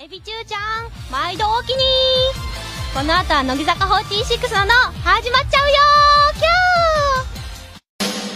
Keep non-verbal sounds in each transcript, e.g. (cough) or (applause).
エビチューちゃん毎度おおきにこの後は乃木坂46なの始まっちゃうよキャー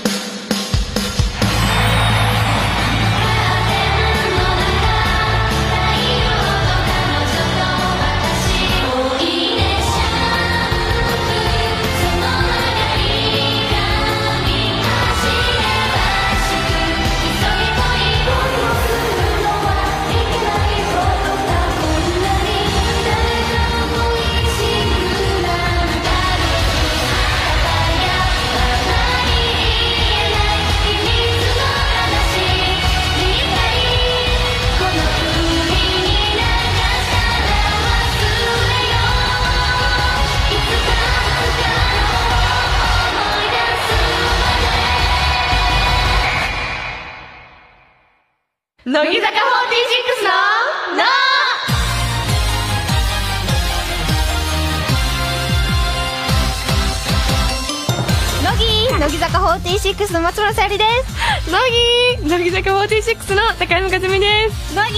乃木坂46のなあ乃木乃木坂46の松村沙莉です乃木乃木坂46の高山和美です乃木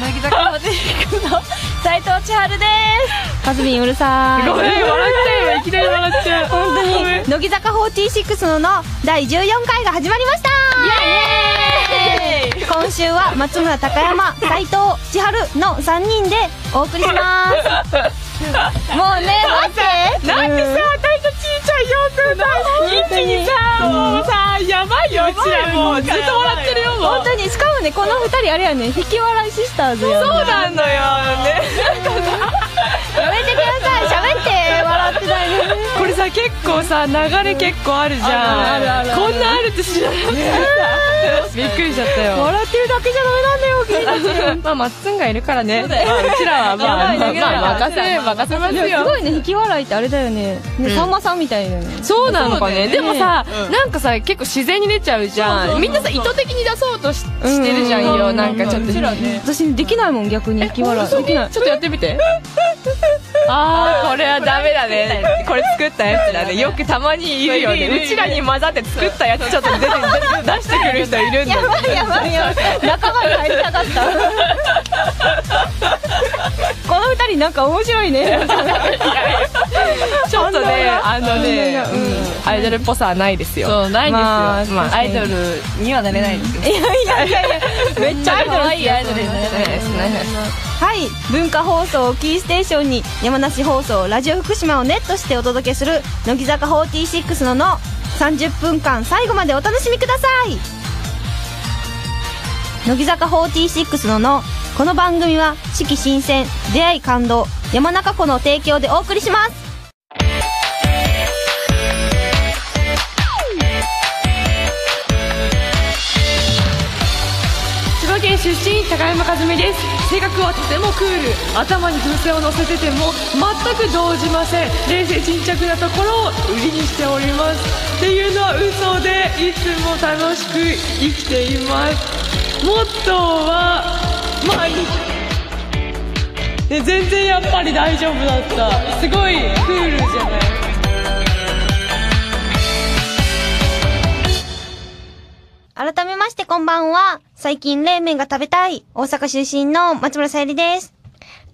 乃木坂46の斉藤千春ですカズミンうるさごめん笑っちゃうよいきなり笑っちゃう本当にイ乃木坂46の第14回が始まりましたエーイ今週は松村高山斉藤千春の3人でお送りし (laughs) ますもうね待ってなんでさ私たちちゃん4分の一気にさもうさやばいようちらもうずっと笑ってるよもう本当にしかもねこの2人あれやね引き笑いシスターズやねそうなのよねやめてください喋って笑ってないねこれさ結構さ流れ結構あるじゃんあるあるあるあるこんなあるって知らなかったびっくりしちゃったよ笑ってるだけじゃダメなんだよ君たち (laughs) まあまっつんがいるからねそうだよまあうちらはまあやばいだけだよまあ任せ任せますいやすよごいね引き笑いってあれだよねねさんまさんみたいだよねそうなのかそねうだよねでもさ、なんかさ結構自然に出ちゃうじゃんそうそうそうみんなさ意図的に出そうとししてるじゃんうんよなんかちょっと私できないもん逆に引き笑いででききなないいちょっとやって (laughs) みてああこれはダメだねこれ作ったやつだねよくたまにいるよいるいるいねるうちらに混ざって作ったやつちょっと出て出してくる人いるんだやよばいやばいやばい仲間に入りたかった (laughs) この二人なんか面白いねちょっとねあのねうんうんアイドルっぽさはないですよそうないんですよ、まあまあ、アイドルにはなれないんですけど、いやいやいや (laughs) いやめっちゃアイドル可愛いアイドルになれないですねはい文化放送をキーステーションに山梨放送ラジオ福島をネットしてお届けする乃木坂46のの30分間最後までお楽しみください乃木坂46ののこの番組は四季新鮮出会い感動山中湖の提供でお送りします千葉県出身高山和美です性格はとてもクール頭に風船を乗せてても全く動じません冷静沈着なところを売りにしておりますっていうのは嘘でいつも楽しく生きていますモットーは毎日ね全然やっぱり大丈夫だったすごいクールじゃない改めましてこんばんは。最近冷麺が食べたい、大阪出身の松村さゆりです。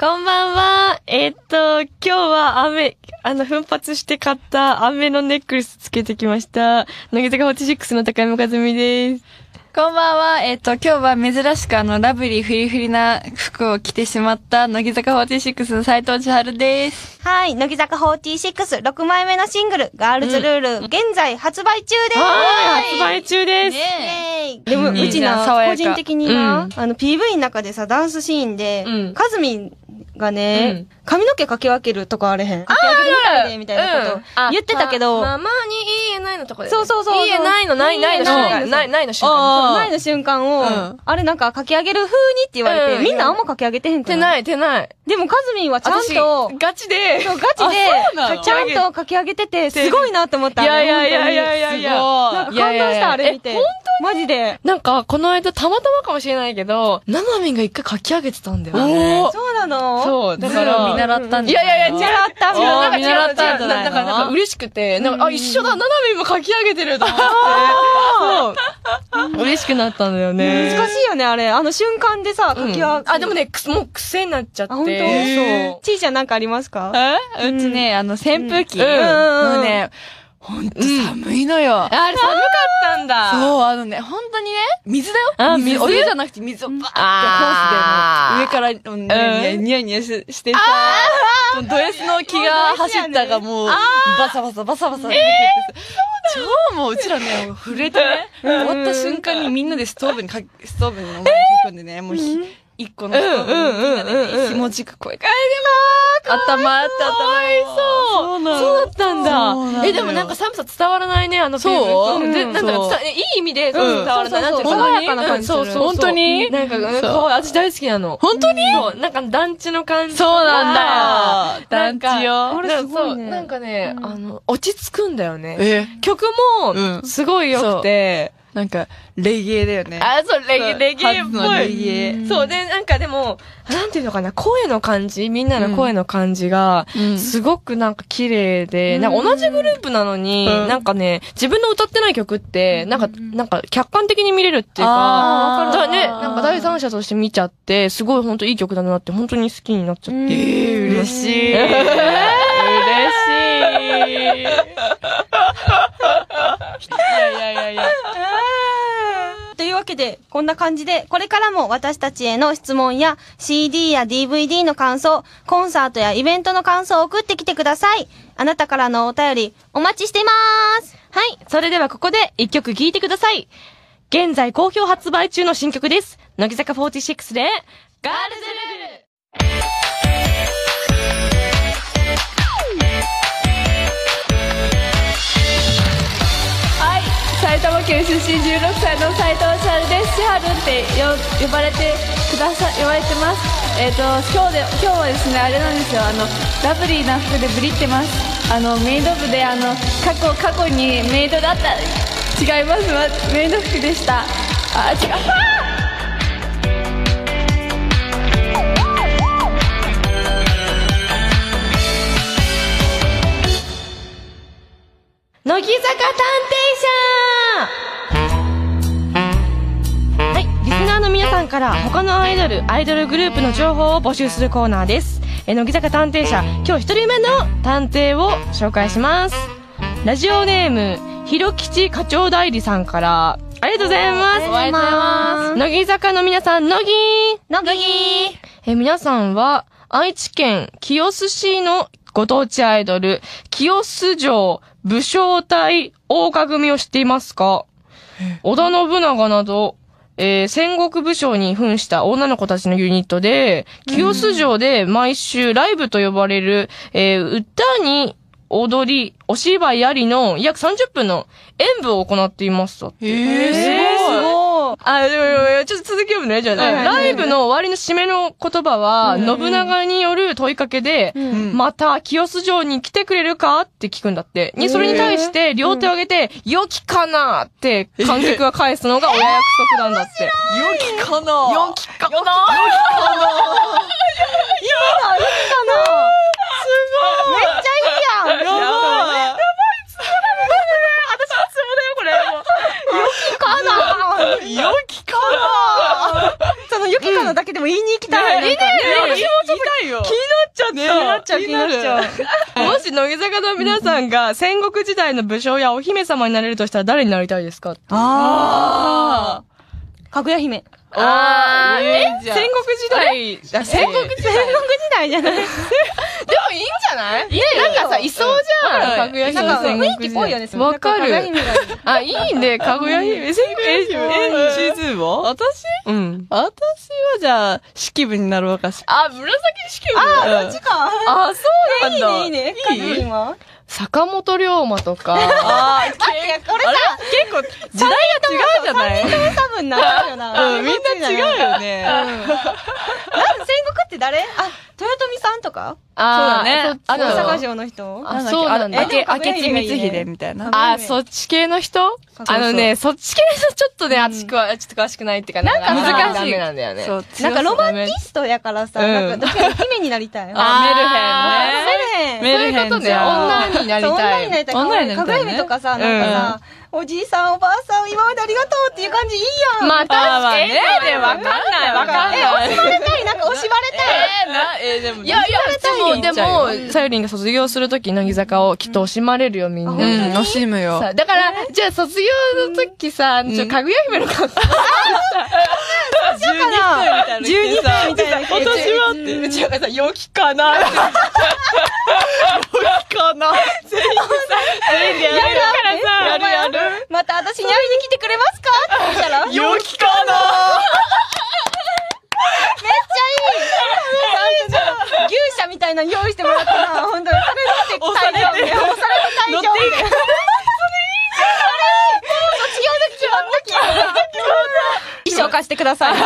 こんばんは。えっと、今日は雨、あの、奮発して買った雨のネックレスつけてきました。乃木坂46の高山和美です。こんばんはえっ、と今日は珍しくあのラブリーフリフリな服を着てしまった乃木坂46の斉藤千春ですはい、乃木坂466枚目のシングル、ガールズルール、現在発売中です。はい、発売中です。ねイェーイでも、ううんちな、爽やか個人的にな、うんあの、PV の中でさ、ダンスシーンで、うんカズミンがね、髪の毛かき分けるとこあれへん。かき分けるみたいで、みたいなこと言ってたけど、ママに言えないのとこで。そうそうそうそう言えないの、ない、ないの言瞬えない間。ない、ないの瞬間。その前あの瞬間を、うんあれなんかかき上げる風にって言われて、うんみんなあんまかき上げてへんく手ないない、手ない。でもカズミンはちゃん私と、ガチで。そう、ガチで、ちゃんと書き上げてて、すごいなって思った。いやいやいやいやいやいや本当になんか感動した、あれ見て。本当にマジで。なんか、この間、たまたまかもしれないけど、ななみんが一回書き上げてたんだよね。そうななのそう、だズかルを見ら、習ったんいじゃやないやいや、違う見習った違う、なんか違見う、違う習ったんじゃなないんのか、なんか嬉しくて、なんか、あ、一緒だ、ナナミも書き上げてると思って、そう、嬉しくなったんだよね。難しいよね、あれ。あの瞬間でさ、書きは、あ、でもね、くすもう癖になっちゃって。あ、本当へーちーちゃんなんかありますかえうちね、あの、扇風機うんのね、ほんと寒いのよ。あれ寒かったんだ。そう、あのね、本当にね、水だよあ水水お湯じゃなくて水をバーってホあーースでもう上から、ねうニヤニヤししてさ、そのドレスの気が走ったがもう、バサバサバサバサって出ててさ超もううちらね、震えてね、終わった瞬間にみんなでストーブにか、ストーブの前に書くんでね、もうひ一個のストーブにみんなでね、ひもじく声が、頭あって頭そうそうだったんそうなだ。のよえ、でもなんか寒さ伝わらないね、あのそうページで、うんなんだろそうう、伝わえいい意味でそう伝わらない。なんていうそうそうそうか爽やかな感じするうんそうそうそう本当になんか、そうかわいい。私大好きなの。本当にそう、なんか団地の感じ。そうなんだよ。な団ん地かよ。れなんすかごそ、いうねなんかね、あの、落ち着くんだよね。え曲うんも、すごい良くて。なんか、レゲエだよね。あ、そう、レそうゲ、レゲエっ初のぽレい。ゲエ。そう、で、なんかでも、なんていうのかな、声の感じ、みんなの声の感じが、うんすごくなんか綺麗で、なんか同じグループなのに、うんなんかね、自分の歌ってない曲って、なんか、なんか客観的に見れるっていうあーか、だからね、わかるわなんか第三者として見ちゃって、すごい本当いい曲だなって、本当に好きになっちゃって。えー、嬉しい。え嬉しい。いやいやいやいや。というわけで、こんな感じで、これからも私たちへの質問や CD や DVD の感想、コンサートやイベントの感想を送ってきてください。あなたからのお便り、お待ちしています。はい。それではここで一曲聴いてください。現在好評発売中の新曲です。乃木坂46で、ガールズルールはい、埼玉県出身16歳の斉藤千春です。千春ってよ呼ばれてくださ、呼ばれてます。えっ、と、今日で、今日はですね、あれなんですよ、あの、ラブリーな服でブリってます。あの、メイド部で、あの、過去、過去にメイドだった。違います、まメイド服でした。あ、違う。あー乃木坂探偵社はい、リスナーの皆さんから他のアイドル、アイドルグループの情報を募集するコーナーです。えー乃木坂探偵社、今日一人目の探偵を紹介します。ラジオネーム、ひろきち課長代理さんから、ありがとうございます。おはようございます乃木坂の皆さん、乃木のぶぎえー皆さんは、愛知県清須市のご当地アイドル、清須城武将隊大岡組を知っていますか織田信長など、えー戦国武将に扮した女の子たちのユニットで、清須城で毎週ライブと呼ばれる、えー歌に踊り、お芝居ありの約30分の演舞を行っていますだって。えー、すごい。ごい。あ、でもでも、ちょっと続き読むね、じゃあはいはね。いはいライブの終わりの締めの言葉は、うん信長による問いかけで、んまた、清須城に来てくれるかって聞くんだって。に、それに対して、両手を挙げて、良きかなって、観客が返すのが親約束なんだって。良きかな良ききかな良きかなめっちゃいいやんやばいやばいそうなの私もそうだよ、これ。もうかな良きかその、ゆきかなだけでも言いに行きたい。ねえねえねえいよ気になっちゃった。気になっちゃう気になっちゃうもし、乃木坂の皆さんが戦国時代の武将やお姫様になれるとしたら誰になりたいですかあー。かぐや姫。あーいえいじゃん戦国時代あ戦国時代戦国時代じゃない。でもいいんじゃないいなんかさ、いそうじゃん。かぐや姫なんか戦国雰囲気っぽいよね。時代わかかぐやる。姫がいいあ、いいね、かぐや姫。戦国時え、代。シーズンは私うん。私はじゃあ、式部になろうかしら。あ、紫式部。あそっちか。あ、そういいなんだ。ね、いいね。かぐや姫は坂本龍馬とか。あー、いや、これさ、結構、時代が違うじゃない多分な、そうよな。うん、みんな違うよね。戦国って誰あ、豊臣さんとかあーそうだね大あの阪城の人あ、そうなんだあけえでも明智隠れ光家がい秀いねみたいな。あ、そっち系の人そうそうあのね、そっち系の人ちょっとね、あっちくわ、ちょっと詳しくないっていうか、なんかさ難しい。ダメなんだよねそう、なんかロマンティテストやからさ、うんなんかどっかの姫になりたい。ああメメルールヘンね。そういヘうンことじね、ゃん女になりそうた女にい。なりたい。女になりたいねかぐや姫とかさ、なんかさ、おじいさんおばあさん今までありがとうっていう感じいいやん。まあ、確かに。ねでわかんないわかんない。惜しまれたい、なんか惜しまれたい。えー、な、えー、でも、いやいや、でも、でちゃうも、さゆりんが卒業するとき、乃木坂をきっと惜しまれるよ、みんあな本。当にうん、惜しむよ。さだから、じゃあ卒業の時さ、ちょ、かぐや姫の格好。 12歳みたいな。12歳みたいな。今年はって。うちらがさ、良きかなって。良きかな全員さ、全員でやるからさ、やるやる。また私に会いに来てくれますかって言ったら、めっちゃいい良きかななんか牛舎みたいなの用意してもらったな、本当に。それ乗って押されて大丈夫。押されて大丈夫。乗っていく衣装貸してください。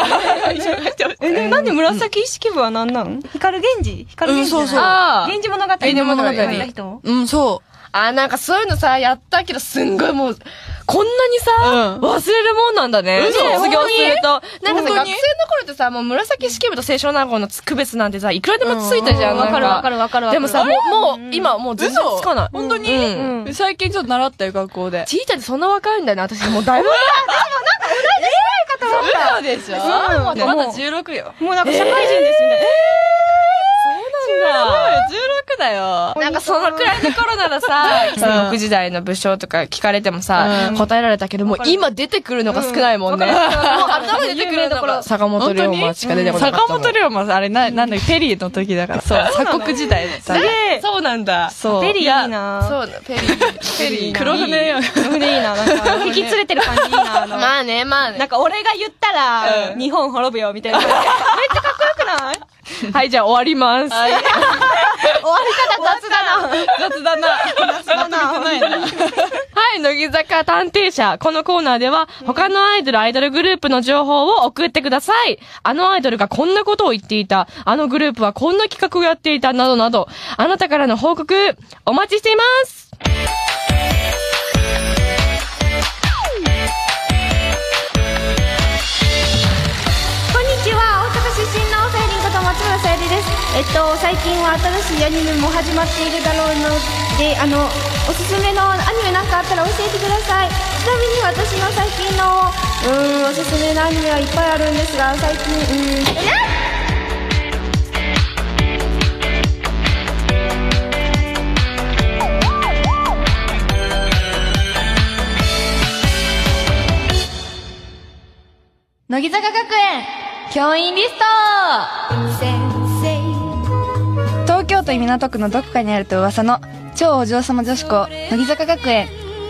え、ねなんで紫式部は何なん光源氏光源氏うんそうそうあー源氏物語。源氏物語読んだ人もうん、そあ、なんかそういうのさ、やったけど、すんごいもう、こんなにさ、う忘れるもんなんだね。嘘卒業すると。なんかさ、本当学に生の頃ってさ、もう紫式部と青少年号の区別なんてさ、いくらでもついたじゃん。わかるわかる。るわかるわかる。でもさ、もう、もう、今、もう全然嘘つかない。本当にうんうん、う。最近ちょっと習ったよ、学校で。チーターってそんな若いんだよね。私もうだいぶ。嘘でしょまでもだ16よ。もうなんか社会人ですみたいな。 16だよ。なんかそのくらいの頃ならさ、戦国時代の武将とか聞かれてもさ、答えられたけども、今出てくるのが少ないもんね。もう頭 (laughs) 出てくるのが坂本龍馬しか出てこなかっ坂たもん。本龍馬さ、あれな、なんだっけ、ペリーの時だから。そう、鎖国時代だった。そうなんだ。そう。ペリーいいなそうだ、ペリ (laughs) ー。ペリー。黒船よ。船いいな。なんか、 (laughs) 引き連れてる感じいいな。なんかまあね、まあね。なんか俺が言ったら、日本滅ぶよ、みたいな。めっちゃかっこよくないはい、じゃあ終わります。終わり方雑だな。雑だな。雑だな。はい、乃木坂探偵社。このコーナーでは、他のアイドル、アイドルグループの情報を送ってください。あのアイドルがこんなことを言っていた。あのグループはこんな企画をやっていた。などなど、あなたからの報告、お待ちしています。こんにちは大阪出身のさゆりんこと松村さゆりですえっと最近は新しいアニメも始まっているだろうのであのおすすめのアニメなんかあったら教えてくださいちなみに私の最近のうーんおすすめのアニメはいっぱいあるんですが最近うーん乃木坂学園教員リスト東京都港区のどこかにあると噂の超お嬢様女子校乃木坂学園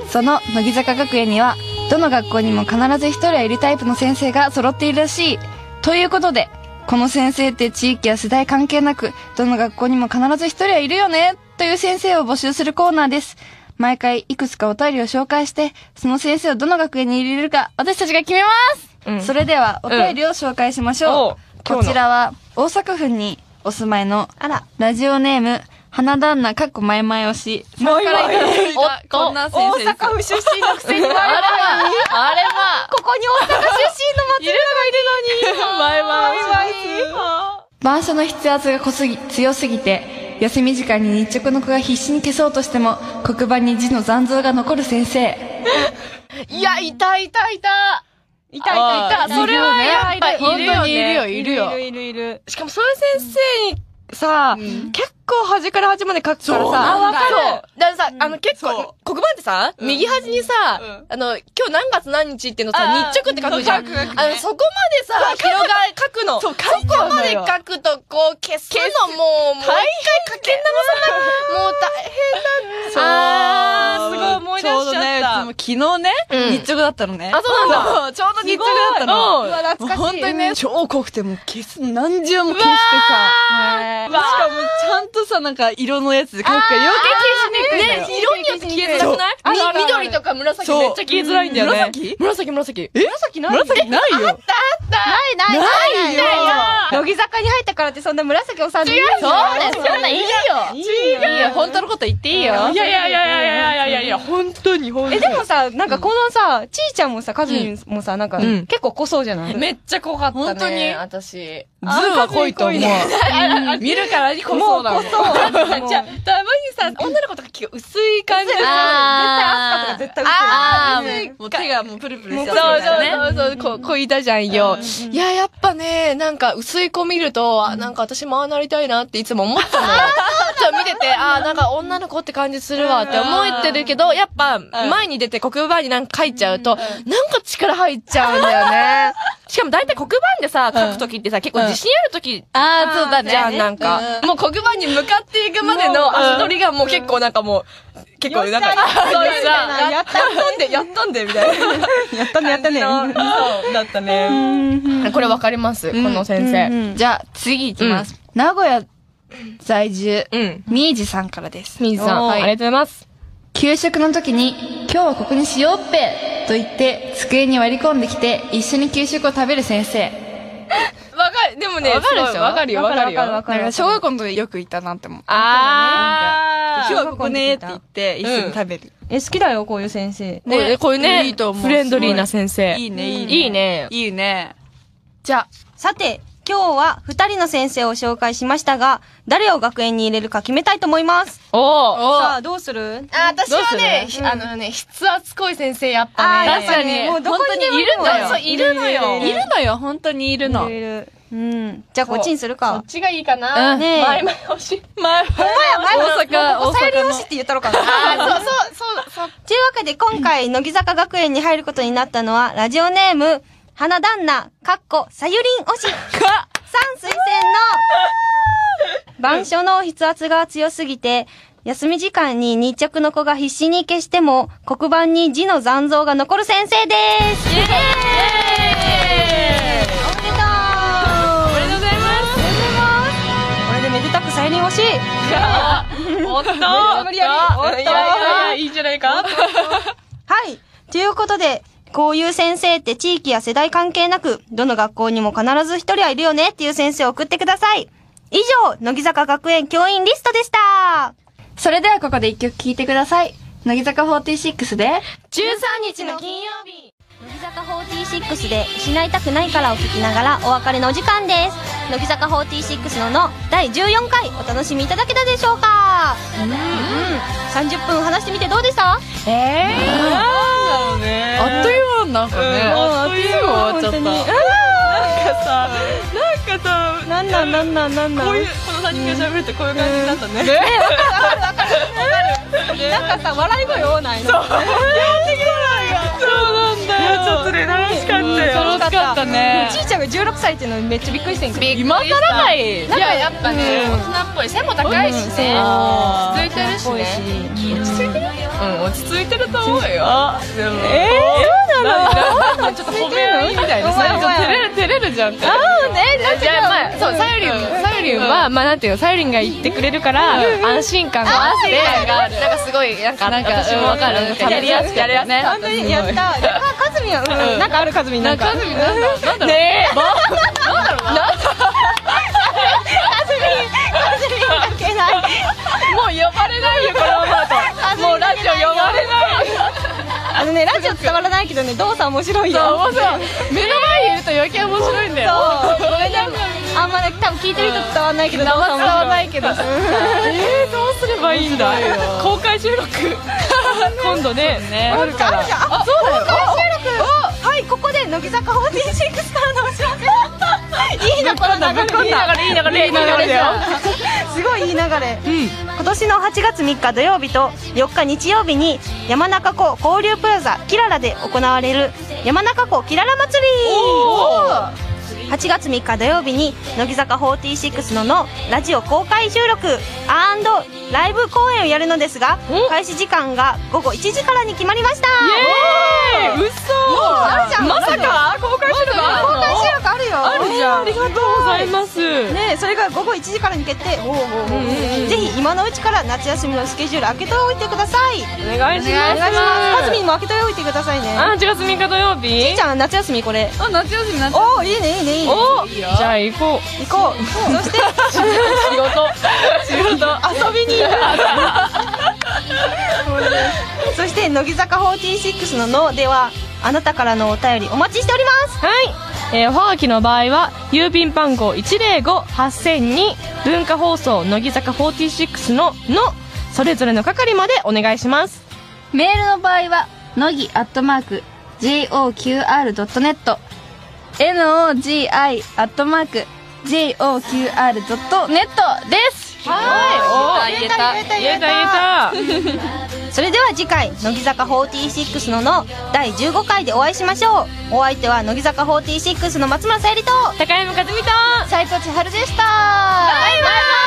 その乃木坂学園にはどの学校にも必ず一人はいるタイプの先生が揃っているらしいということでこの先生って地域や世代関係なくどの学校にも必ず一人はいるよねという先生を募集するコーナーです毎回いくつかお便りを紹介してその先生をどの学園に入れるか私たちが決めますうんそれではお便りを紹介しましおうょう。今日のこちらは大阪府にお住まいのあら。ラジオネーム、花旦那かっこ前々推し。もう今、こんな先生です。大阪府出身のくせに前々あれは、あれは、ここに大阪出身の松村前は、 (laughs) 板書の筆圧が濃すぎ、強すぎて、休み時間に日直の子が必死に消そうとしても、黒板に字の残像が残る先生。いや、いたいたいた。いたいたいた。あそれはやっぱいるよね。いるよ。いるいるいる。しかもそういう先生にさ、結構端から端まで書くからさ、あ、わかる。だからさ、あの結構、黒板ってさ、右端にさ、あの、今日何月何日っていうのさ、日直って書くじゃん。あの、そこまでさ、広が、書くの。そこまで書くと、こう、消すの、もう、もう一回書け直さない。もうそう。あーすごい思い出しちゃったちょうどね、うちも昨日ね、うん日直だったのね。あそうなんだそう (laughs) ちょうど日直だったの。大変だ。もう本当にね、超濃くてもう消す、何重も消してさ。しかもちゃんとさ、なんか色のやつで書くから余計消しにくいんだよ。ね、色によって消えづらくないみ緑とか紫めっちゃ消えづらいんだよね。紫紫紫。え紫ない紫ないよ。あったないないないよ乃木坂に入ったからってそんな紫をさん違うそうです。そんないいよ。違いいよ。本当のこと言っていいよ。いやいやいやいやいやいやいや、本当に本当え、に。でもさ、なんかこのさ、ちいちゃんもさ、かずみんもさ、なんか、ん結構濃そうじゃないめっちゃ濃かったね。本当に私。ズーは濃いと思う。見るからに濃そうだもん。もう濃そうだってさじゃあ、たまにさ、女の子とか気が薄い感じでさ。絶対あー薄いよねもう手がもうプルプルしちそゃうってるからね。そうそうそう、こ、こいたじゃんよ。いや、やっぱね、なんか薄い子見ると、あ、なんか私もああなりたいなっていつも思ってたのよ。ちょっと見てて、あ、なんか女の子って感じするわって思ってるけど、やっぱ前に出て黒板になんか書いちゃうと、なんか力入っちゃうんだよ (laughs) ね。しかも大体黒板でさ、書くときってさ、結構自信あるときあー、そうだね。じゃあなんか、もう黒板に向かっていくまでの足取りがもう結構なんかもう、結構なんか、そういうさ、やったんで、やったんで、みたいな。やったね、やったね。そう、だったね。これわかります、この先生。じゃあ、次行きます。名古屋在住、うん。みーじさんからです。みずさん、おーありがとうございます。給食の時に、今日はここにしようっぺと言って、机に割り込んできて、一緒に給食を食べる先生。わかる、でもね、わかるでしょわかるよ、わかるよ。わかなんるか、小学校の時よく行ったなって思う。あ今日今日ははここここねねっってて言言って、一っ緒に食べる。え、好きだよ、こういう先生。ー。ね、こういうね、いいと思うフレンドリーな先生。いいね、いいね。いいね。いいね。じゃさて、今日は二人の先生を紹介しましたが、誰を学園に入れるか決めたいと思います。あ、おー。さあ、どうするあ、私はね、ひあのね、筆圧濃い先生、やっぱね。ーやっぱねもうどこにでもいるんだよそういるのよ。いるのよ、本当にいるの。いろいろうん。じゃあ、こっちにするこかっ。ちがいいかな。うんねえ前々欲しい。前、大阪、大おさゆり阪よのしって言ったのかな。あ、そう、そう、そう、そう。というわけで今回、乃木坂学園に入ることになったのは、ラジオネーム、花旦那、かっこ、さゆりん推し、か、三推薦の、板書の筆圧が強すぎて、休み時間に日着の子が必死に消しても、黒板に字の残像が残る先生です。イエーイおめでとうおめでとうございますおめでとうございますこれでめでたくさゆりん推しおっと無理やりおっといやいやいいんじゃないかはい。ということで、こういう先生って地域や世代関係なく、どの学校にも必ず一人はいるよねっていう先生を送ってください。以上、乃木坂学園教員リストでした。それではここで一曲聴いてください。乃木坂46で、 13日の金曜日。乃木坂46で失いたくないからを聞きながらお別れのお時間です。乃木坂46のの第14回お楽しみいただけたでしょうかうん。30分話してみてどうでしたあっという間なんかね。あっというすぐ終わっ間ちゃっなんかさなんなんなんなんなんなこういうこの3人が喋るとこういう感じだったねなんかさ、笑い声多ないの。そうなんだよちょっとね楽しかったよ楽しかったねちいちゃんが16歳っていうのめっちゃびっくりしてんけど。今更ないいや、やっぱね、大人っぽい。背も高いしね。あ続いてるしね。ーうん落ち着いてると思うよでもえそうなのちょっと褒め合いみたいなさ照れる照れるじゃんああねじゃあまあそうさゆりんさゆりんはまあなんていうのさゆりんが言ってくれるから安心感があってなんかすごい、なんか、なんか、私もわかる。やりやすくやりやす本当にやった。か、かずみは、なんかあるかずみなんか。なんだろう。ねえ。なんだろうな。かずみ、かずみ関係ない。もう呼ばれないよ、このままと。もうラジオ呼ばれない。あのね、ラジオ伝わらないけどね、動作面白いよ。そう、さ、目の前にいると余計面白いんだよ。あんまね、多分聞いてる人伝わらないけど、動作面伝わ白い。ないけどさ。えー、どうすればいいんだ。公 (laughs) 開収録。今度ね。あるから。あ、そうだよ。はい、ここで乃木坂46からのお知らせ。 (laughs) いいの、この流れ。いい流れ、いい流れ、いい流れだよ。 (laughs) すごいいい流れ。今年の8月3日土曜日と4日日曜日に、山中湖交流プラザキララで行われる、山中湖キララ祭り。 8月3日土曜日に乃木坂46ののラジオ公開収録ライブ公演をやるのですが開始時間が午後1時からに決まりましたえー、嘘まさか公開するの公開収録あるよあるじゃん、ありがとうございますねそれが午後1時からに決定ぜひ今のうちから夏休みのスケジュール開けておいてくださいお願いしお願いしますまかすずみんも開けておいてくださいねあ8月3日土曜日みーちゃんは夏休みこれあ、夏休み夏休おおいいねいいねいいねおじゃあ行こう行こうそ (laughs) して仕事仕事遊び (laughs) に行くそして乃木坂46の「の」ではあなたからのお便りお待ちしておりますはい、えー、おはがきの場合は郵便番号1058000に文化放送乃木坂46の「の」それぞれの係までお願いしますみ。メールの場合は、のぎアットマーク、joqr.net、nogi アットマーク、joqr.net です (laughs) はい言えた言えた言えた言えたそれでは次回乃木坂46の「の」第15回でお会いしましょうお相手は乃木坂46の松村沙友里と高山和美と斉藤千春でしたバイバイ